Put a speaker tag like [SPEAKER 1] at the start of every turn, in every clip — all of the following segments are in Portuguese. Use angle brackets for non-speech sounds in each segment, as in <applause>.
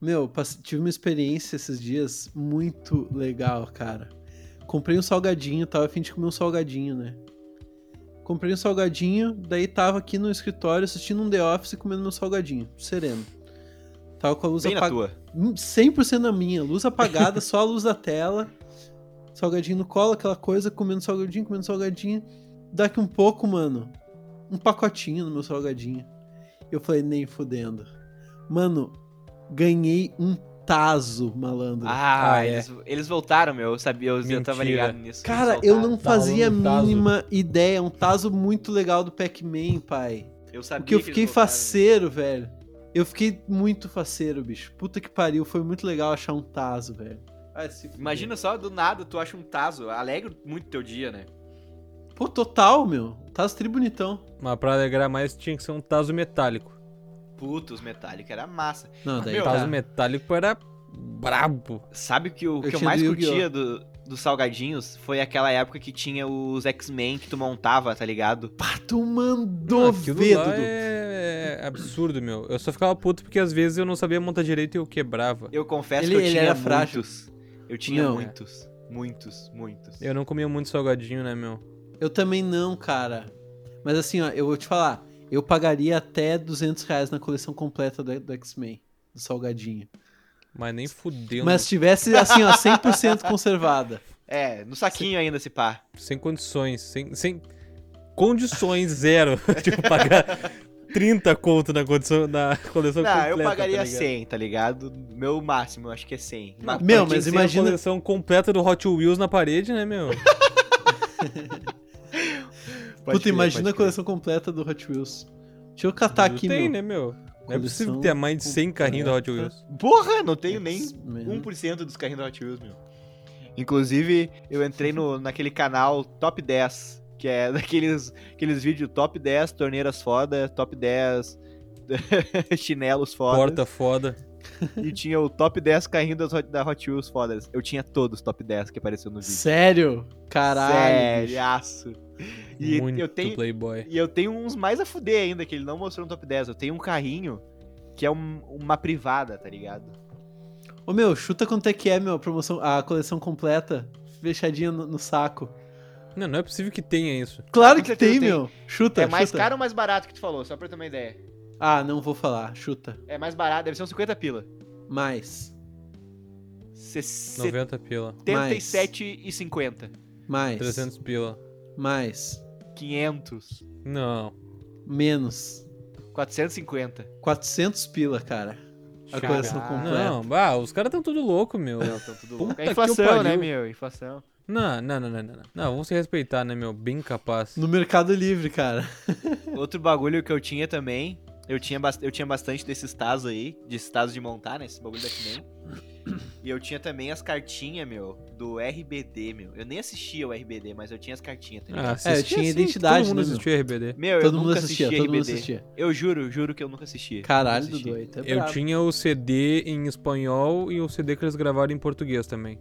[SPEAKER 1] Meu, passe- tive uma experiência esses dias muito legal, cara. Comprei um salgadinho, tava a fim de comer um salgadinho, né? Comprei um salgadinho, daí tava aqui no escritório assistindo um The Office e comendo meu salgadinho, sereno. Tava com a luz
[SPEAKER 2] Bem na
[SPEAKER 1] apagada.
[SPEAKER 2] tua.
[SPEAKER 1] Hum, 100% na minha, luz apagada, só a luz da tela. Salgadinho no colo, aquela coisa, comendo salgadinho, comendo salgadinho. Daqui um pouco, mano, um pacotinho no meu salgadinho. Eu falei, nem fudendo. Mano, ganhei um taso, malandro.
[SPEAKER 2] Ah,
[SPEAKER 3] Ah, é.
[SPEAKER 2] eles, eles voltaram, meu. Eu sabia, eu, eu tava
[SPEAKER 3] Mentira.
[SPEAKER 2] ligado nisso.
[SPEAKER 1] Cara,
[SPEAKER 2] eles
[SPEAKER 1] eu
[SPEAKER 2] voltaram.
[SPEAKER 1] não fazia a
[SPEAKER 3] rolando um tazo.
[SPEAKER 1] mínima ideia. Um taso muito legal do Pac-Man, pai.
[SPEAKER 2] Eu
[SPEAKER 3] É
[SPEAKER 2] sabia
[SPEAKER 1] Porque eu
[SPEAKER 2] que eles
[SPEAKER 1] fiquei
[SPEAKER 2] voltaram.
[SPEAKER 1] faceiro, velho. Eu fiquei muito faceiro, bicho. Puta que pariu, foi muito legal achar um taso, velho. Vai se fuder.
[SPEAKER 2] Imagina só, do nada, tu acha um taso. Alegra muito teu dia, né?
[SPEAKER 1] Pô, total, meu. Tazo tri bonitão.
[SPEAKER 3] Mas pra alegrar mais tinha que ser um taso metálico. Um
[SPEAKER 2] Putos, metálico, era massa.
[SPEAKER 1] Não, daí
[SPEAKER 2] Meu,
[SPEAKER 1] tá.
[SPEAKER 3] Taso metálico era brabo.
[SPEAKER 2] Sabe que o
[SPEAKER 1] Eu
[SPEAKER 2] que eu
[SPEAKER 1] tinha
[SPEAKER 2] mais
[SPEAKER 1] do Yu-Gi-Oh!
[SPEAKER 2] curtia do, dos salgadinhos foi aquela época que tinha os X-Men que tu montava, tá ligado?
[SPEAKER 1] Pá, tu mandou
[SPEAKER 3] Ah, Aquilo
[SPEAKER 1] ver,
[SPEAKER 3] lá
[SPEAKER 1] Dudu.
[SPEAKER 3] é... é absurdo, meu. Eu só ficava puto porque às vezes eu não sabia montar direito e eu quebrava.
[SPEAKER 2] Eu confesso
[SPEAKER 1] Ele-
[SPEAKER 2] que eu
[SPEAKER 1] ele
[SPEAKER 2] tinha
[SPEAKER 1] era frágil.
[SPEAKER 2] muitos. Eu tinha
[SPEAKER 1] Não.
[SPEAKER 2] muitos. Muitos, muitos.
[SPEAKER 3] Eu não comia muito salgadinho, né, meu?
[SPEAKER 1] Eu também não, cara. Mas assim, ó, eu vou te falar. Eu pagaria até 200 reais na coleção completa do, do X-Men. Do Salgadinho.
[SPEAKER 3] Mas nem fudeu.
[SPEAKER 1] Mas se tivesse, assim, ó,
[SPEAKER 3] <laughs>
[SPEAKER 1] 100% conservada.
[SPEAKER 2] É, no saquinho ainda, se pá.
[SPEAKER 3] meu. Sem condições. Sem, sem condições, zero. <laughs> tipo, pagar 30 conto na, condição, na coleção
[SPEAKER 2] Não,
[SPEAKER 3] completa.
[SPEAKER 2] Ah, eu pagaria
[SPEAKER 3] tá ligado?
[SPEAKER 2] 100, tá ligado? Meu máximo, eu acho que é 100. Mas
[SPEAKER 1] Meu,
[SPEAKER 3] Tinha que
[SPEAKER 1] mas
[SPEAKER 3] ser
[SPEAKER 1] imagina-
[SPEAKER 3] A coleção completa do Hot Wheels na parede, né,
[SPEAKER 1] <laughs>
[SPEAKER 3] meu?
[SPEAKER 2] pode
[SPEAKER 1] Puta,
[SPEAKER 2] crer,
[SPEAKER 1] imagina
[SPEAKER 2] pode
[SPEAKER 1] a
[SPEAKER 2] crer.
[SPEAKER 1] coleção completa do Hot Wheels. Deixa eu catar
[SPEAKER 3] Não
[SPEAKER 1] Tá aqui,
[SPEAKER 3] tem,
[SPEAKER 1] meu.
[SPEAKER 3] né, meu? Não é
[SPEAKER 1] Coleção
[SPEAKER 3] possível ter mais de 100 carrinhos da Hot Wheels.
[SPEAKER 2] Porra, não tenho nem
[SPEAKER 1] X-Men.
[SPEAKER 2] 1% dos carrinhos da Hot Wheels, meu. Inclusive, eu entrei <laughs> no, naquele canal Top 10, que é daqueles aqueles vídeos Top 10 torneiras foda, Top 10 <laughs> chinelos foda.
[SPEAKER 3] Porta foda.
[SPEAKER 2] E tinha o Top 10 carrinhos das Hot- da Hot Wheels fodas. Eu tinha todos os Top 10 que apareceu no vídeo.
[SPEAKER 1] Sério? Caralho. bicho.
[SPEAKER 2] Sério. E
[SPEAKER 3] Muito
[SPEAKER 2] eu tenho,
[SPEAKER 3] Playboy.
[SPEAKER 2] E eu tenho uns mais a fuder ainda, que ele não mostrou no top 10. Eu tenho um carrinho que é um- uma privada, tá ligado?
[SPEAKER 1] Ô, meu, chuta quanto é que é, meu, a promoção, a coleção completa. Fechadinha no, no saco.
[SPEAKER 3] Não, não é possível que tenha isso.
[SPEAKER 1] Claro
[SPEAKER 2] Com
[SPEAKER 1] que
[SPEAKER 2] certeza
[SPEAKER 1] tem,
[SPEAKER 2] tem.
[SPEAKER 1] meu. Chuta,
[SPEAKER 2] é mais
[SPEAKER 1] chuta.
[SPEAKER 2] caro ou mais barato que tu falou? Só pra eu ter uma ideia.
[SPEAKER 1] Ah, não vou falar. Chuta.
[SPEAKER 2] É mais barato, deve ser uns 50 pila.
[SPEAKER 1] Mais.
[SPEAKER 2] Se-
[SPEAKER 3] 90 pila.
[SPEAKER 2] 77,50.
[SPEAKER 1] Mais.
[SPEAKER 3] 300 pila.
[SPEAKER 1] Mais.
[SPEAKER 2] 500.
[SPEAKER 3] Não.
[SPEAKER 1] Menos.
[SPEAKER 2] 450.
[SPEAKER 1] 400 pila, cara. A
[SPEAKER 3] Chega.
[SPEAKER 1] coleção
[SPEAKER 2] Caralho.
[SPEAKER 1] completa.
[SPEAKER 3] Não, bah, os caras estão tudo louco, meu.
[SPEAKER 2] Não, tão tudo
[SPEAKER 3] Puta
[SPEAKER 2] louco. tá É
[SPEAKER 3] que
[SPEAKER 2] inflação, né,
[SPEAKER 3] pariu.
[SPEAKER 2] meu? Inflação.
[SPEAKER 3] Não, não, não, não, não. não. Não, vamos se respeitar, né, meu? Bem capaz.
[SPEAKER 1] No Mercado Livre, cara.
[SPEAKER 2] Outro bagulho que eu tinha também, eu tinha, bas- eu tinha bastante desses tazos aí, desses tazos de montar, né? Esse bagulho
[SPEAKER 1] <coughs>
[SPEAKER 2] da Kimen. E eu tinha também as cartinhas, meu, do RBD, meu. Eu nem assistia o RBD, mas eu tinha as cartinhas, tá ligado?
[SPEAKER 3] assistia
[SPEAKER 1] É, eu tinha
[SPEAKER 3] sim,
[SPEAKER 1] identidade,
[SPEAKER 3] Ah, assim, Todo mundo
[SPEAKER 1] né,
[SPEAKER 3] assistia RBD.
[SPEAKER 2] Meu, eu
[SPEAKER 1] todo mundo
[SPEAKER 2] nunca
[SPEAKER 1] assistia,
[SPEAKER 2] assistia
[SPEAKER 1] todo mundo
[SPEAKER 2] RBD.
[SPEAKER 1] assistia.
[SPEAKER 2] Eu juro, juro que eu nunca assistia.
[SPEAKER 1] Caralho,
[SPEAKER 2] Nunca assisti.
[SPEAKER 1] Dudu, aí tá
[SPEAKER 3] Eu
[SPEAKER 1] brabo.
[SPEAKER 3] tinha o CD em espanhol e o CD que eles gravaram em português também.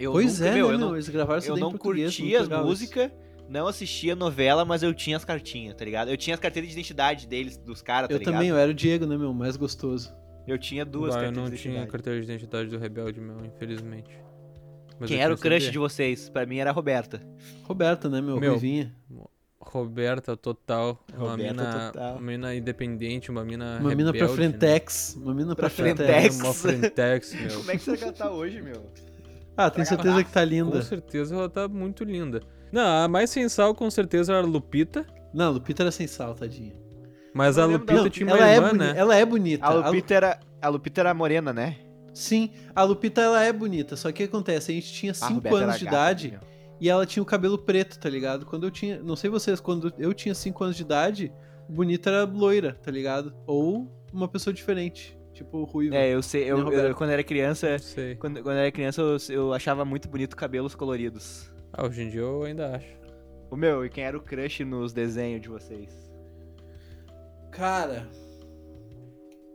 [SPEAKER 2] Eu
[SPEAKER 1] Pois
[SPEAKER 2] nunca,
[SPEAKER 1] é,
[SPEAKER 2] meu,
[SPEAKER 1] né,
[SPEAKER 2] eu
[SPEAKER 1] meu?
[SPEAKER 2] não,
[SPEAKER 1] Eles gravaram isso
[SPEAKER 2] eu
[SPEAKER 1] daí em
[SPEAKER 2] tá não
[SPEAKER 1] português,
[SPEAKER 2] curtia as
[SPEAKER 1] muito legal isso.
[SPEAKER 2] músicas, não assistia novela, mas eu tinha as cartinhas, tá ligado? Eu tinha as carteiras de identidade deles, dos caras, tá
[SPEAKER 1] Eu
[SPEAKER 2] ligado?
[SPEAKER 1] também, eu era o Diego, né, meu? Mais gostoso.
[SPEAKER 2] Eu tinha duas
[SPEAKER 3] bah, eu
[SPEAKER 2] carteiras
[SPEAKER 3] não
[SPEAKER 2] de
[SPEAKER 3] tinha
[SPEAKER 2] identidade.
[SPEAKER 3] carteira de identidade do Rebelde, meu, infelizmente. Mas
[SPEAKER 2] Quem
[SPEAKER 3] eu
[SPEAKER 2] era o
[SPEAKER 3] tinha CD.
[SPEAKER 2] crush de vocês? Pra mim era a Roberta.
[SPEAKER 1] Roberta, né, meu?
[SPEAKER 3] Meu.
[SPEAKER 1] Ruivinha.
[SPEAKER 3] Roberta Total. Uma
[SPEAKER 2] Roberta
[SPEAKER 3] mina,
[SPEAKER 2] Total.
[SPEAKER 3] uma mina independente, uma mina.
[SPEAKER 1] Uma mina pra
[SPEAKER 3] rebelde, né?
[SPEAKER 1] Frentex. Uma mina pra,
[SPEAKER 2] Pra
[SPEAKER 1] Frentex.
[SPEAKER 2] Frentex.
[SPEAKER 3] Uma
[SPEAKER 1] <laughs>
[SPEAKER 3] Frentex, meu.
[SPEAKER 2] é que será que ela tá hoje, meu?
[SPEAKER 1] Ah, tenho certeza que tá linda.
[SPEAKER 3] Com certeza ela tá muito linda. Não, a mais sensal com certeza era a Lupita.
[SPEAKER 1] Não, Lupita era sem sal, tadinha.
[SPEAKER 3] Mas
[SPEAKER 2] Eu
[SPEAKER 3] a
[SPEAKER 2] não lembro da
[SPEAKER 3] Lupita
[SPEAKER 1] Não,
[SPEAKER 3] tinha uma
[SPEAKER 1] ela, é
[SPEAKER 3] irmã,
[SPEAKER 1] boni-
[SPEAKER 3] né?
[SPEAKER 1] ela é bonita.
[SPEAKER 2] <laughs> A Lupita era, a Lupita era morena, né?
[SPEAKER 1] Lu- Sim, a Lupita ela é bonita. Só que o que acontece? A gente tinha
[SPEAKER 2] A
[SPEAKER 1] 5
[SPEAKER 2] Roberta Ah, era
[SPEAKER 1] anos de
[SPEAKER 2] gata, né?
[SPEAKER 1] idade
[SPEAKER 2] meu.
[SPEAKER 1] e ela tinha o cabelo preto, tá ligado? Quando eu tinha. Não sei vocês, quando eu tinha 5 anos de idade, bonita era loira, tá ligado? Ou uma pessoa diferente. Tipo ruiva.
[SPEAKER 2] É, eu sei, eu,
[SPEAKER 1] Né, Roberta?
[SPEAKER 2] eu- quando era criança,
[SPEAKER 3] Não sei.
[SPEAKER 2] quando, quando era criança eu, eu achava muito bonito cabelos coloridos.
[SPEAKER 3] Ah, hoje em dia eu ainda acho.
[SPEAKER 2] O meu, e quem era o crush nos desenhos de vocês?
[SPEAKER 1] Cara.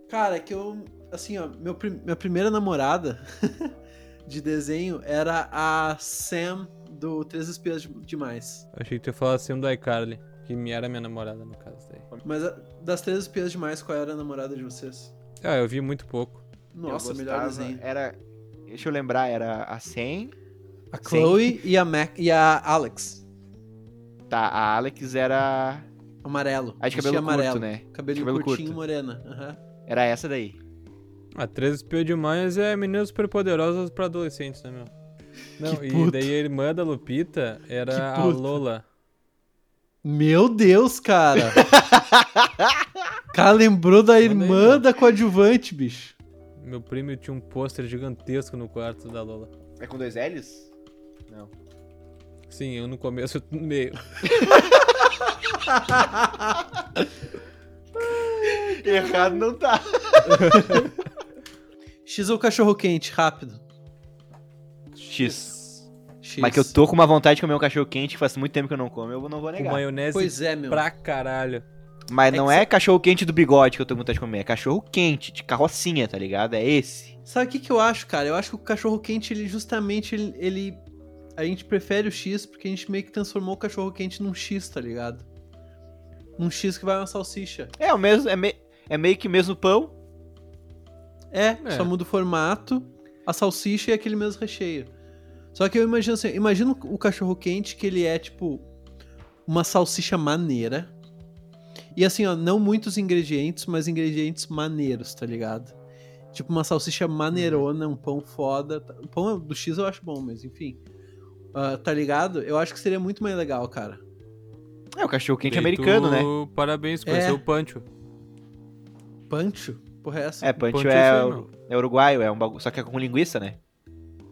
[SPEAKER 1] Cara, é que eu. Assim, ó, meu, prim- minha primeira namorada <laughs> de desenho era a Sam do Três Espias Dem- Demais.
[SPEAKER 3] Achei que tu ia falar assim do iCarly, que me era minha namorada no caso daí.
[SPEAKER 1] Mas a- das três espias demais, qual era a namorada de vocês?
[SPEAKER 3] Ah, eu vi muito pouco.
[SPEAKER 1] Nossa,
[SPEAKER 2] eu
[SPEAKER 1] melhor
[SPEAKER 2] gostava,
[SPEAKER 1] desenho.
[SPEAKER 2] Era. Deixa eu lembrar, era a 100.
[SPEAKER 1] A Chloe e a, Mac, e a Alex.
[SPEAKER 2] Tá, a Alex era.
[SPEAKER 1] Amarelo.
[SPEAKER 2] A Ah, de
[SPEAKER 1] Vestia
[SPEAKER 2] cabelo
[SPEAKER 1] amarelo.
[SPEAKER 2] curto, né?
[SPEAKER 1] Cabelo,
[SPEAKER 2] Cabelo
[SPEAKER 1] curtinho,
[SPEAKER 2] curto.
[SPEAKER 1] morena. Aham.
[SPEAKER 2] Era essa daí.
[SPEAKER 3] A 13 espiou demais é Meninas Superpoderosas pra adolescentes, né, meu? Não,
[SPEAKER 1] Que
[SPEAKER 3] e
[SPEAKER 1] puto.
[SPEAKER 3] daí a irmã da Lupita
[SPEAKER 1] Que
[SPEAKER 3] era a
[SPEAKER 1] puto.
[SPEAKER 3] Lola.
[SPEAKER 1] Meu Deus, cara. <laughs> O cara lembrou da irmã
[SPEAKER 3] irmã.
[SPEAKER 1] da coadjuvante, bicho.
[SPEAKER 3] Meu primo tinha um pôster gigantesco no quarto da Lola.
[SPEAKER 2] É com dois L's?
[SPEAKER 3] Sim, um no começo <laughs> e outro no meio.
[SPEAKER 2] <laughs> Errado não tá.
[SPEAKER 1] X ou cachorro quente, rápido.
[SPEAKER 2] X.
[SPEAKER 1] X.
[SPEAKER 2] Mas que eu tô com uma vontade de comer um cachorro quente que faz muito tempo que eu não como, eu não vou
[SPEAKER 3] Com
[SPEAKER 2] negar.
[SPEAKER 3] maionese
[SPEAKER 1] Pois é, meu.
[SPEAKER 3] pra caralho.
[SPEAKER 2] Mas
[SPEAKER 1] É
[SPEAKER 2] não
[SPEAKER 1] que
[SPEAKER 2] é cachorro quente do bigode que eu tô com vontade de comer, é cachorro quente, de carrocinha, tá ligado? É esse.
[SPEAKER 1] Sabe o que, que eu acho, cara? Eu acho que o cachorro quente, ele justamente, ele, ele- A gente prefere o X porque a gente meio que transformou o cachorro quente num X, tá ligado? Num X que vai uma salsicha.
[SPEAKER 2] É o mesmo, é, me- é meio que mesmo pão.
[SPEAKER 1] É,
[SPEAKER 3] É.
[SPEAKER 1] só muda o formato, a salsicha e aquele mesmo recheio. Só que eu imagino assim, imagino o cachorro quente que ele é tipo uma salsicha maneira. E assim, ó, não muitos ingredientes, mas ingredientes maneiros, tá ligado? Tipo uma salsicha maneirona, um pão foda. tá- O pão do X eu acho bom, mas enfim. Ah, tá ligado? Eu acho que seria muito mais legal, cara.
[SPEAKER 2] É o cachorro quente
[SPEAKER 3] Daí
[SPEAKER 2] americano,
[SPEAKER 3] tu-
[SPEAKER 2] né?
[SPEAKER 3] Parabéns, conheceu
[SPEAKER 1] É.
[SPEAKER 3] o Pancho.
[SPEAKER 1] Pancho? Porra, é essa?
[SPEAKER 2] É,
[SPEAKER 3] O
[SPEAKER 2] pancho
[SPEAKER 3] Pancho isso
[SPEAKER 2] é,
[SPEAKER 3] aí,
[SPEAKER 2] ur-
[SPEAKER 3] meu.
[SPEAKER 2] é uruguaio, é um bagulho, só que é com linguiça, né?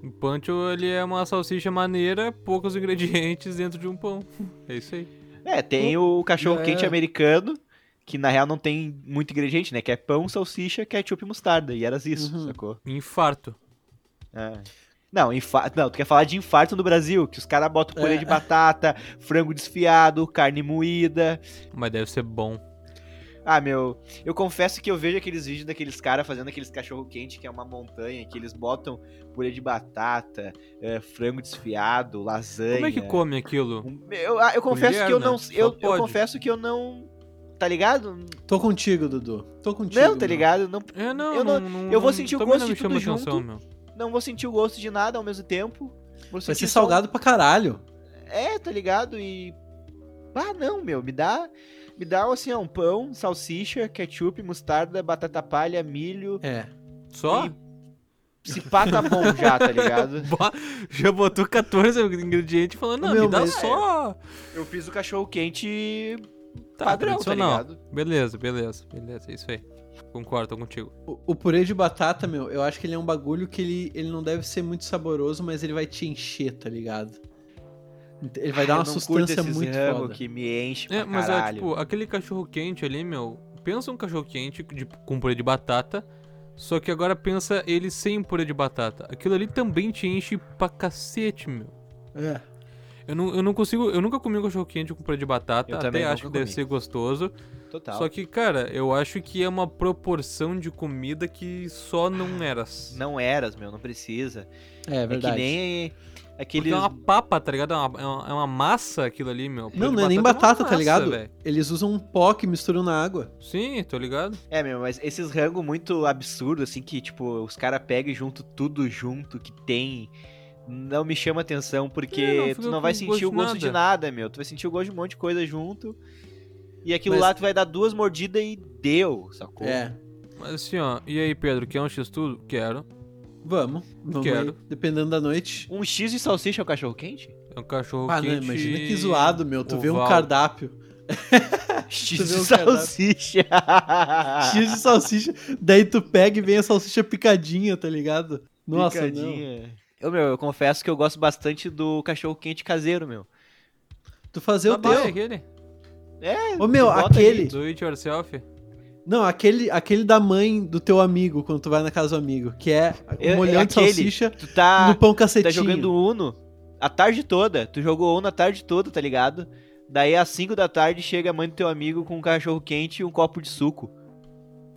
[SPEAKER 3] O Pancho, ele é uma salsicha maneira, poucos <laughs> ingredientes dentro de um pão. É isso aí.
[SPEAKER 2] É, tem o cachorro quente
[SPEAKER 1] É.
[SPEAKER 2] americano, que na real não tem muito ingrediente, né? Que é pão, salsicha, ketchup e mostarda, e era isso,
[SPEAKER 1] Uhum.
[SPEAKER 2] sacou?
[SPEAKER 3] Infarto.
[SPEAKER 2] É. Não, infarto, não, tu quer falar de infarto no Brasil, que os caras botam purê
[SPEAKER 1] É.
[SPEAKER 2] de batata, frango desfiado, carne moída.
[SPEAKER 3] Mas deve ser bom.
[SPEAKER 2] Ah, meu, eu confesso que eu vejo aqueles vídeos daqueles caras fazendo aqueles cachorro quente, que é uma montanha, que eles botam purê de batata, eh, frango desfiado, lasanha.
[SPEAKER 3] Como é que come aquilo?
[SPEAKER 2] Um- Eu, ah, eu confesso
[SPEAKER 3] Colher,
[SPEAKER 2] que eu
[SPEAKER 3] né?
[SPEAKER 2] não.
[SPEAKER 3] Só
[SPEAKER 2] Eu, eu
[SPEAKER 3] pode.
[SPEAKER 2] confesso que eu não. Tá ligado?
[SPEAKER 1] Tô contigo, Dudu. Tô contigo.
[SPEAKER 2] Não, tá
[SPEAKER 1] meu.
[SPEAKER 2] ligado? Não,
[SPEAKER 3] É, não,
[SPEAKER 2] Eu não-
[SPEAKER 3] não, não-
[SPEAKER 2] eu vou
[SPEAKER 3] não-
[SPEAKER 2] sentir o
[SPEAKER 3] também
[SPEAKER 2] gosto
[SPEAKER 3] não me
[SPEAKER 2] de
[SPEAKER 3] chama
[SPEAKER 2] tudo
[SPEAKER 3] atenção,
[SPEAKER 2] junto.
[SPEAKER 3] meu.
[SPEAKER 2] não vou sentir o gosto de nada ao mesmo tempo. Vou
[SPEAKER 1] Vai
[SPEAKER 2] sentir
[SPEAKER 1] ser
[SPEAKER 2] só- um
[SPEAKER 1] salgado pra caralho.
[SPEAKER 2] É, tá ligado? E. Ah, não, meu. Me dá. Me dá assim, ó, um pão, salsicha, ketchup, mostarda, batata palha, milho.
[SPEAKER 1] É.
[SPEAKER 3] Só?
[SPEAKER 2] E se pá, tá bom já, tá ligado?
[SPEAKER 3] <laughs> Bo- Já botou 14 ingredientes falando, não,
[SPEAKER 1] Meu,
[SPEAKER 3] me dá
[SPEAKER 1] mas-
[SPEAKER 3] só.
[SPEAKER 2] Eu fiz o cachorro quente
[SPEAKER 3] Tá,
[SPEAKER 2] padrão, tá
[SPEAKER 3] tradicional.
[SPEAKER 2] ligado?
[SPEAKER 3] Beleza, beleza, beleza, é isso aí. Concordo tô contigo.
[SPEAKER 1] O, o purê de batata, meu, eu acho que ele é um bagulho que ele, ele não deve ser muito saboroso, mas ele vai te encher, tá ligado? Ent- Ele vai dar
[SPEAKER 2] Ah, Eu
[SPEAKER 1] uma
[SPEAKER 2] não curto
[SPEAKER 1] sustância
[SPEAKER 2] esses
[SPEAKER 1] muito
[SPEAKER 2] rango
[SPEAKER 1] foda.
[SPEAKER 2] que me enche pra
[SPEAKER 3] É, mas é
[SPEAKER 2] caralho.
[SPEAKER 3] tipo, aquele cachorro quente ali, meu. Pensa um cachorro quente de, com purê de batata. Só que agora pensa ele sem purê de batata. Aquilo ali também te enche pra cacete, meu.
[SPEAKER 1] É.
[SPEAKER 3] Eu não, eu não consigo. Eu nunca comi um cachorro quente com purê de batata.
[SPEAKER 2] Eu também
[SPEAKER 3] até acho que
[SPEAKER 2] nunca
[SPEAKER 3] deve
[SPEAKER 2] comi.
[SPEAKER 3] ser gostoso.
[SPEAKER 2] Total.
[SPEAKER 3] tipo, Só que, cara, eu acho que é uma proporção de comida que só não era.
[SPEAKER 2] Não eras, meu, não precisa.
[SPEAKER 1] É
[SPEAKER 2] É,
[SPEAKER 1] verdade.
[SPEAKER 2] que nem
[SPEAKER 3] Porque
[SPEAKER 2] aquele.
[SPEAKER 3] é uma papa, tá ligado? É uma, é uma- é uma massa aquilo ali, meu. Purê
[SPEAKER 1] Não,
[SPEAKER 3] de
[SPEAKER 1] não é nem
[SPEAKER 3] é uma
[SPEAKER 1] batata, tá ligado?
[SPEAKER 3] velho.
[SPEAKER 1] Eles usam um pó que misturam na água.
[SPEAKER 3] Sim, tô ligado.
[SPEAKER 2] É, meu, mas esses rango muito absurdo, assim, que, tipo, os caras pegam e junto tudo junto que tem. Não me chama atenção, porque
[SPEAKER 3] É, não fica
[SPEAKER 2] tu não vai
[SPEAKER 3] com
[SPEAKER 2] sentir
[SPEAKER 3] gosto de
[SPEAKER 2] o gosto de
[SPEAKER 3] nada.
[SPEAKER 2] nada, meu. Tu vai sentir o gosto de um monte de coisa junto. E aquilo
[SPEAKER 1] Mas-
[SPEAKER 2] lá tu vai dar duas mordidas e deu, sacou?
[SPEAKER 1] É.
[SPEAKER 3] Mas assim, ó. E aí, Pedro, quer um X-Tudo? Quero.
[SPEAKER 1] Vamos. Vamos
[SPEAKER 3] Quero.
[SPEAKER 1] aí, dependendo da noite.
[SPEAKER 2] Um X de salsicha ao cachorro quente?
[SPEAKER 3] É um cachorro
[SPEAKER 1] Ah, não,
[SPEAKER 3] quente.
[SPEAKER 1] imagina que zoado, meu. Tu vê um
[SPEAKER 3] oval.
[SPEAKER 1] cardápio.
[SPEAKER 2] <laughs> X
[SPEAKER 1] Tu
[SPEAKER 2] de
[SPEAKER 1] vê o cardápio.
[SPEAKER 2] salsicha. <laughs> Ah.
[SPEAKER 1] X de salsicha. Daí tu pega e vem a salsicha picadinha, tá ligado? Nossa, não.
[SPEAKER 2] Picadinha. Eu, meu, eu confesso que eu gosto bastante do cachorro quente caseiro, meu.
[SPEAKER 1] Tu fazer o
[SPEAKER 3] Tá bom, é
[SPEAKER 1] teu.
[SPEAKER 3] aquele.
[SPEAKER 1] Ô, meu,
[SPEAKER 2] Bota
[SPEAKER 1] aquele.
[SPEAKER 3] Do it yourself.
[SPEAKER 1] Não, aquele, aquele da mãe do teu amigo, quando tu vai na casa do amigo, que é
[SPEAKER 2] É- é
[SPEAKER 1] um molhão de
[SPEAKER 2] aquele.
[SPEAKER 1] salsicha
[SPEAKER 2] Tu tá.
[SPEAKER 1] no pão
[SPEAKER 2] Tu
[SPEAKER 1] cacetinho.
[SPEAKER 2] tá jogando Uno a tarde toda. Tu jogou Uno a tarde toda, tá ligado? Daí às 5 da tarde chega a mãe do teu amigo com um cachorro quente e um copo de suco.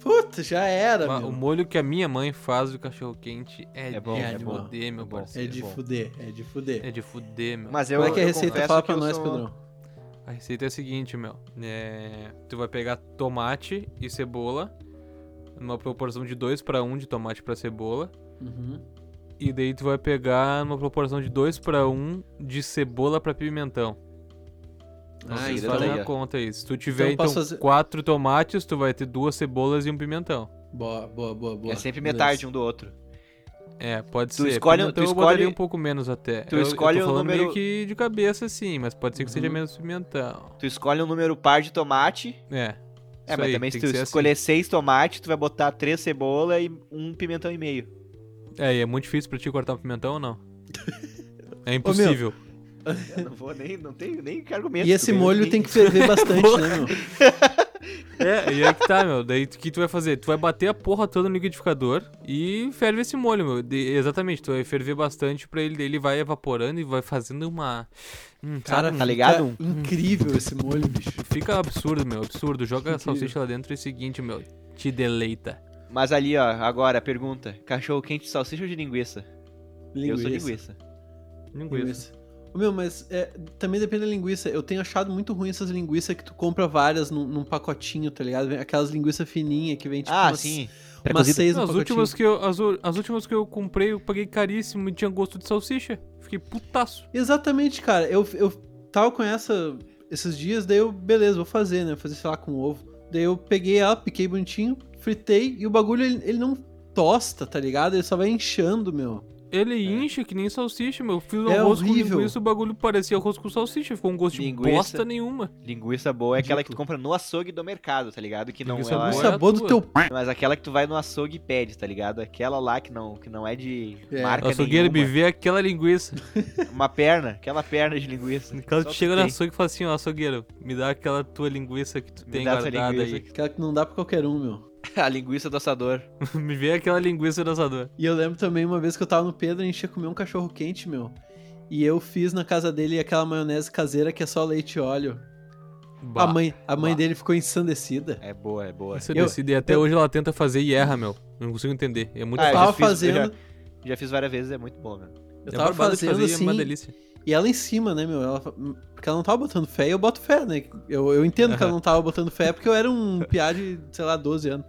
[SPEAKER 1] Puta, já era,
[SPEAKER 3] Ma-
[SPEAKER 1] meu.
[SPEAKER 3] O molho que a minha mãe faz do cachorro quente é,
[SPEAKER 2] É bom,
[SPEAKER 3] de
[SPEAKER 1] é bom,
[SPEAKER 3] fuder, meu
[SPEAKER 2] é bom.
[SPEAKER 1] É
[SPEAKER 3] parceiro.
[SPEAKER 1] de
[SPEAKER 2] bom.
[SPEAKER 1] fuder, é de fuder.
[SPEAKER 3] É de fuder, meu.
[SPEAKER 2] Mas eu,
[SPEAKER 1] Como é que é a
[SPEAKER 2] eu
[SPEAKER 1] receita?
[SPEAKER 2] confesso
[SPEAKER 1] Fala
[SPEAKER 2] que
[SPEAKER 1] pra
[SPEAKER 2] eu
[SPEAKER 1] nós,
[SPEAKER 2] sou-
[SPEAKER 1] Pedrão.
[SPEAKER 3] A É, receita é a seguinte, meu. É, Tu vai pegar tomate e cebola, Numa proporção de 2 pra 1 de tomate pra cebola.
[SPEAKER 1] Uhum.
[SPEAKER 3] E daí tu vai pegar numa proporção de 2 pra 1 de cebola pra pimentão. Não
[SPEAKER 1] Ah,
[SPEAKER 3] sei se
[SPEAKER 1] então-
[SPEAKER 3] fazem
[SPEAKER 2] aí, ó.
[SPEAKER 3] a conta aí. Se tu tiver,
[SPEAKER 1] eu
[SPEAKER 3] então,
[SPEAKER 1] posso fazer-
[SPEAKER 3] quatro tomates, tu vai ter duas cebolas e um pimentão.
[SPEAKER 1] Boa, boa, boa, boa.
[SPEAKER 2] é sempre
[SPEAKER 1] Beleza.
[SPEAKER 2] metade um do outro.
[SPEAKER 3] É, pode
[SPEAKER 2] Tu
[SPEAKER 3] ser.
[SPEAKER 2] escolhe-
[SPEAKER 3] pimentão
[SPEAKER 2] tu
[SPEAKER 3] eu botaria
[SPEAKER 2] escolhe-
[SPEAKER 3] um pouco menos até.
[SPEAKER 2] tu
[SPEAKER 3] eu,
[SPEAKER 2] escolhe
[SPEAKER 3] eu
[SPEAKER 2] o
[SPEAKER 3] tô falando
[SPEAKER 2] número-
[SPEAKER 3] meio que de cabeça, sim, mas pode ser que seja
[SPEAKER 1] Uhum.
[SPEAKER 3] menos pimentão.
[SPEAKER 2] Tu escolhe um número par de tomate.
[SPEAKER 3] É.
[SPEAKER 2] É,
[SPEAKER 3] Isso
[SPEAKER 2] mas
[SPEAKER 3] aí,
[SPEAKER 2] também se
[SPEAKER 3] tem
[SPEAKER 2] tu
[SPEAKER 3] que ser assim.
[SPEAKER 2] escolher seis tomates, tu vai botar três cebola e um pimentão e meio.
[SPEAKER 3] É, e é muito difícil pra ti cortar um pimentão ou não? É impossível.
[SPEAKER 2] <laughs> Eu não vou nem, não tenho nem argumento.
[SPEAKER 1] E esse molho tem que ferver
[SPEAKER 2] <laughs>
[SPEAKER 1] bastante, né, meu?
[SPEAKER 3] é, e aí que tá, meu. Daí o que tu vai fazer? Tu vai bater a porra toda no liquidificador e ferve esse molho, meu. De- exatamente, tu vai ferver bastante pra ele, ele vai evaporando e vai fazendo uma. Hum,
[SPEAKER 1] Cara,
[SPEAKER 3] sabe, um-
[SPEAKER 2] tá
[SPEAKER 1] Tá
[SPEAKER 2] ligado?
[SPEAKER 1] incrível esse molho, bicho.
[SPEAKER 3] Fica absurdo, meu. Absurdo. Joga a
[SPEAKER 1] Incrível.
[SPEAKER 3] salsicha lá dentro e é o seguinte, meu. Te deleita.
[SPEAKER 2] Mas ali, ó, agora, pergunta. Cachorro quente de salsicha ou de linguiça? Eu sou linguiça.
[SPEAKER 3] Linguiça.
[SPEAKER 1] Linguiça. Ô, Meu, mas é, também depende da linguiça. Eu tenho achado muito ruim essas linguiças que tu compra várias num, num pacotinho, tá ligado? Vem Aquelas linguiças fininhas que vem tipo
[SPEAKER 2] ah,
[SPEAKER 1] umas,
[SPEAKER 2] sim.
[SPEAKER 1] umas
[SPEAKER 2] Precozida.
[SPEAKER 1] seis no
[SPEAKER 3] As
[SPEAKER 1] pacotinho.
[SPEAKER 3] últimas, que eu, as, u- as últimas que eu comprei, eu paguei caríssimo e tinha gosto de salsicha. Fiquei putaço.
[SPEAKER 1] Exatamente, cara. Eu, eu tava com essa esses dias, daí eu, beleza, vou fazer, né? Vou fazer, sei lá, com ovo. Daí eu peguei ela, piquei bonitinho, fritei e o bagulho ele, ele não tosta, tá ligado? Ele só vai inchando, meu.
[SPEAKER 3] Ele incha que nem salsicha, meu. Eu Fiz um
[SPEAKER 1] É
[SPEAKER 3] arroz com
[SPEAKER 1] horrível.
[SPEAKER 3] linguiça, o bagulho parecia arroz com salsicha. Ficou um gosto
[SPEAKER 2] Linguiça.
[SPEAKER 3] de bosta nenhuma.
[SPEAKER 2] Linguiça boa é aquela que tu
[SPEAKER 1] Ridículo.
[SPEAKER 2] compra no açougue do mercado, tá ligado? Que não
[SPEAKER 3] Linguiça
[SPEAKER 2] ela
[SPEAKER 1] O
[SPEAKER 2] é
[SPEAKER 3] boa
[SPEAKER 1] um sabor
[SPEAKER 3] a
[SPEAKER 1] do
[SPEAKER 3] tua.
[SPEAKER 1] teu p.
[SPEAKER 2] Mas aquela que tu vai no açougue e pede, tá ligado? Aquela lá que não, que não é de
[SPEAKER 1] É.
[SPEAKER 2] marca
[SPEAKER 3] Açougueiro, me
[SPEAKER 2] nenhuma.
[SPEAKER 3] vê aquela linguiça.
[SPEAKER 2] Uma perna, aquela perna de linguiça.
[SPEAKER 3] Aquela
[SPEAKER 2] <laughs> Só
[SPEAKER 3] que chega
[SPEAKER 2] tem.
[SPEAKER 3] no açougue e fala assim, ó, açougueiro, me dá aquela tua linguiça que tu
[SPEAKER 2] Me
[SPEAKER 3] tem
[SPEAKER 2] dá essa
[SPEAKER 3] guardada aí.
[SPEAKER 2] linguiça.
[SPEAKER 1] Aquela que não dá pra qualquer um, meu.
[SPEAKER 2] <laughs> A linguiça do assador.
[SPEAKER 3] <laughs> me vê aquela linguiça do assador.
[SPEAKER 1] E eu lembro também uma vez que eu tava no Pedro, a gente ia comer um cachorro quente, meu. E eu fiz na casa dele aquela maionese caseira que é só leite e óleo.
[SPEAKER 3] Bah.
[SPEAKER 1] a mãe, a mãe
[SPEAKER 2] bah.
[SPEAKER 1] dele ficou ensandecida.
[SPEAKER 2] É boa, é boa.
[SPEAKER 3] Essa
[SPEAKER 1] Eu-
[SPEAKER 3] decide, e até
[SPEAKER 1] eu-
[SPEAKER 3] hoje ela tenta fazer e erra, meu. Não consigo entender. É muito
[SPEAKER 2] Ah,
[SPEAKER 1] Eu
[SPEAKER 2] eu
[SPEAKER 3] fácil.
[SPEAKER 1] tava
[SPEAKER 2] já fiz- eu
[SPEAKER 1] fazendo,
[SPEAKER 2] Já fiz várias vezes, é muito bom, meu.
[SPEAKER 1] eu
[SPEAKER 3] É
[SPEAKER 1] tava
[SPEAKER 3] barbado de
[SPEAKER 1] fazendo
[SPEAKER 3] fazer, É uma
[SPEAKER 1] assim,
[SPEAKER 3] delícia.
[SPEAKER 1] E ela em cima, né, meu? Ela, porque ela não tava botando fé, e eu boto fé, né? Eu, eu entendo que ela não tava botando fé, porque eu era um piá de, sei lá, 12 anos,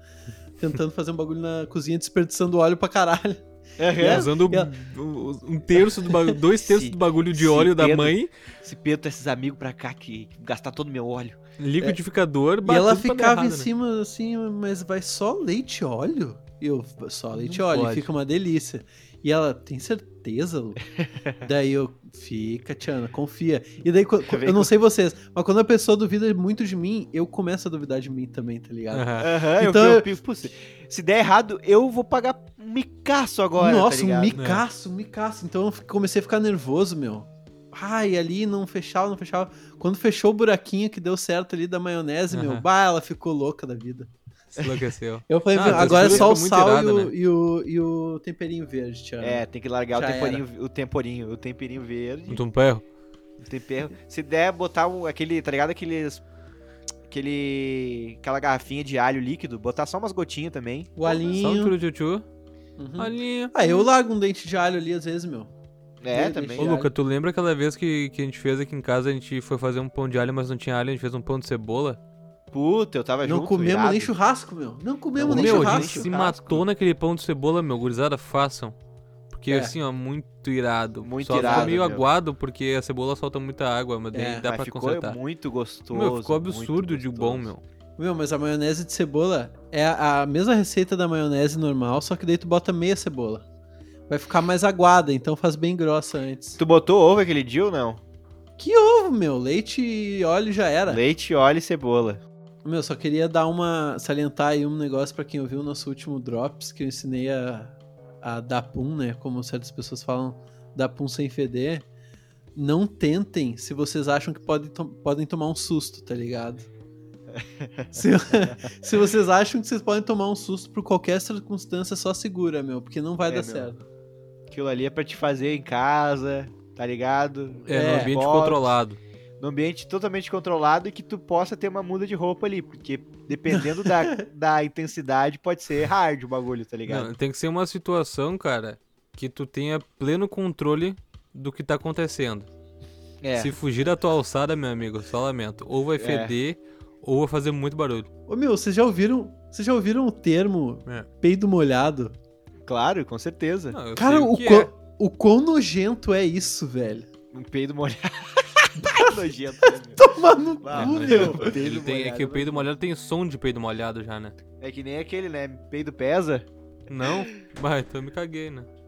[SPEAKER 1] tentando fazer um bagulho na cozinha, desperdiçando óleo pra caralho.
[SPEAKER 3] É,
[SPEAKER 1] ela-
[SPEAKER 3] usando
[SPEAKER 1] e ela-
[SPEAKER 3] o- o- um terço do bagulho, dois terços
[SPEAKER 2] Se-
[SPEAKER 3] do bagulho de
[SPEAKER 2] se
[SPEAKER 3] óleo da
[SPEAKER 2] Pedro-
[SPEAKER 3] mãe,
[SPEAKER 2] Esse Pedro, esses amigos pra cá que que gastar todo meu óleo.
[SPEAKER 3] liquidificador,
[SPEAKER 1] e
[SPEAKER 3] bah,
[SPEAKER 1] ela
[SPEAKER 3] tudo pra dar
[SPEAKER 1] ficava em
[SPEAKER 3] errado, né?
[SPEAKER 1] cima, assim, mas vai só leite e óleo? E eu, só leite e
[SPEAKER 3] Não
[SPEAKER 1] óleo,
[SPEAKER 3] pode.
[SPEAKER 1] fica uma delícia. E ela, tem certeza,
[SPEAKER 3] <laughs>
[SPEAKER 1] Lu? daí eu, fica, Tiana, confia. E daí, quando-
[SPEAKER 2] Vem
[SPEAKER 1] eu não
[SPEAKER 2] com-
[SPEAKER 1] sei vocês, mas quando a pessoa duvida muito de mim, eu começo a duvidar de mim também, tá ligado?
[SPEAKER 3] Aham.
[SPEAKER 2] Aham,
[SPEAKER 1] Então
[SPEAKER 2] eu,
[SPEAKER 1] eu-
[SPEAKER 2] eu, putz, se der errado, eu vou pagar um micaço agora,
[SPEAKER 1] Nossa,
[SPEAKER 2] tá
[SPEAKER 1] um
[SPEAKER 2] ligado?
[SPEAKER 3] né?
[SPEAKER 1] micaço, um micaço. Então eu f- comecei a ficar nervoso, meu. Ai, ali não fechava, não fechava. Quando fechou o buraquinho que deu certo ali da maionese, meu,
[SPEAKER 3] Aham.
[SPEAKER 1] bah, ela ficou louca da vida.
[SPEAKER 3] Se enlouqueceu.
[SPEAKER 1] Eu falei,
[SPEAKER 3] Ah,
[SPEAKER 1] meu,
[SPEAKER 3] das
[SPEAKER 1] agora é
[SPEAKER 3] coisas
[SPEAKER 1] só o
[SPEAKER 3] ficou muito
[SPEAKER 1] sal
[SPEAKER 3] irado,
[SPEAKER 1] e, o,
[SPEAKER 3] né?
[SPEAKER 1] e, o, e o temperinho verde, Tiago.
[SPEAKER 2] É, tem que largar o
[SPEAKER 1] Já
[SPEAKER 2] temporinho, o temporinho, o temperinho verde,
[SPEAKER 3] Um tumperro.
[SPEAKER 2] o tempero. Se der, botar um, aquele, tá ligado? Aqueles. Aquele. Aquela garrafinha de alho líquido, botar só umas gotinhas também.
[SPEAKER 1] O
[SPEAKER 3] Só um
[SPEAKER 1] alinho.
[SPEAKER 3] tchuru-tchutchu.
[SPEAKER 1] Uhum.
[SPEAKER 3] Alinho.
[SPEAKER 1] Ah, eu largo um dente de alho ali às vezes, meu.
[SPEAKER 2] É,
[SPEAKER 1] Ele
[SPEAKER 2] também.
[SPEAKER 3] Ô,
[SPEAKER 1] deixa-
[SPEAKER 3] Luca, tu lembra aquela vez que, que a gente fez aqui em casa, a gente foi fazer um pão de alho, mas não tinha alho, a gente fez um pão de cebola?
[SPEAKER 2] Puta, eu tava Tá junto.
[SPEAKER 1] não comemos
[SPEAKER 2] irado.
[SPEAKER 1] nem churrasco, meu. Não comemos
[SPEAKER 2] Não
[SPEAKER 1] nem
[SPEAKER 3] meu, a
[SPEAKER 1] churrasco.
[SPEAKER 3] gente se
[SPEAKER 2] Churrasco.
[SPEAKER 3] matou naquele pão de cebola, meu, gurizada, façam. Porque
[SPEAKER 1] É.
[SPEAKER 3] assim, ó, muito irado.
[SPEAKER 2] Muito
[SPEAKER 3] Só
[SPEAKER 2] irado,
[SPEAKER 3] Ficou meio
[SPEAKER 2] meu.
[SPEAKER 3] aguado, porque a cebola solta muita água, mas daí
[SPEAKER 1] É,
[SPEAKER 3] dá
[SPEAKER 2] Mas
[SPEAKER 3] pra
[SPEAKER 2] ficou
[SPEAKER 3] consertar.
[SPEAKER 2] muito gostoso.
[SPEAKER 3] Meu, ficou
[SPEAKER 2] muito
[SPEAKER 3] absurdo de bom,
[SPEAKER 2] gostoso.
[SPEAKER 3] meu.
[SPEAKER 1] Meu, mas a maionese de cebola é a a mesma receita da maionese normal, só que daí tu bota meia cebola. Vai ficar mais aguada, então faz bem grossa antes.
[SPEAKER 2] Tu botou ovo aquele dia ou não?
[SPEAKER 1] Que ovo, meu? Leite e óleo já era.
[SPEAKER 2] Leite, óleo e cebola.
[SPEAKER 1] Meu, só queria dar uma. salientar aí um negócio pra quem ouviu o nosso último Drops, que eu ensinei a, a dar pum, né? Como certas pessoas falam, dar pum sem feder. Não tentem se vocês acham que podem, to- podem tomar um susto, tá
[SPEAKER 2] <laughs>
[SPEAKER 1] ligado? se, <laughs> se vocês acham que vocês podem tomar um susto por qualquer circunstância, só segura, meu, porque não vai
[SPEAKER 2] É,
[SPEAKER 1] dar
[SPEAKER 2] meu.
[SPEAKER 1] certo.
[SPEAKER 2] Aquilo ali é pra te fazer em casa, tá ligado?
[SPEAKER 3] É,
[SPEAKER 1] É,
[SPEAKER 3] no ambiente
[SPEAKER 2] pode.
[SPEAKER 3] controlado.
[SPEAKER 2] Num ambiente totalmente controlado e que tu possa ter uma muda de roupa ali, porque dependendo
[SPEAKER 3] <laughs>
[SPEAKER 2] da, da intensidade pode ser hard o bagulho, tá ligado?
[SPEAKER 3] Não, tem que ser uma situação, cara, que tu tenha pleno controle do que tá acontecendo.
[SPEAKER 2] É.
[SPEAKER 3] Se fugir da tua alçada, meu amigo, só lamento. Ou vai
[SPEAKER 2] É.
[SPEAKER 3] feder, ou vai fazer muito barulho.
[SPEAKER 1] Ô, meu, vocês já ouviram Vocês já ouviram o termo
[SPEAKER 3] É.
[SPEAKER 1] peido molhado?
[SPEAKER 2] Claro, com certeza.
[SPEAKER 3] Não, eu
[SPEAKER 1] Cara,
[SPEAKER 3] sei
[SPEAKER 1] o,
[SPEAKER 3] que
[SPEAKER 1] quão-
[SPEAKER 3] é.
[SPEAKER 1] o quão nojento é isso, velho?
[SPEAKER 2] Um peido
[SPEAKER 3] <laughs>
[SPEAKER 2] molhado. Nojento, né,
[SPEAKER 1] <laughs> Toma no
[SPEAKER 3] Ah,
[SPEAKER 2] Bah,
[SPEAKER 1] cu,
[SPEAKER 2] mas-
[SPEAKER 1] meu.
[SPEAKER 2] meu.
[SPEAKER 3] É, Ele tem, é que o
[SPEAKER 2] Peido molhado, né?
[SPEAKER 3] peido molhado tem o som de peido molhado já, né?
[SPEAKER 2] meu? É que nem aquele, né? Peido pesa.
[SPEAKER 3] Não? Bah, então eu me caguei, né?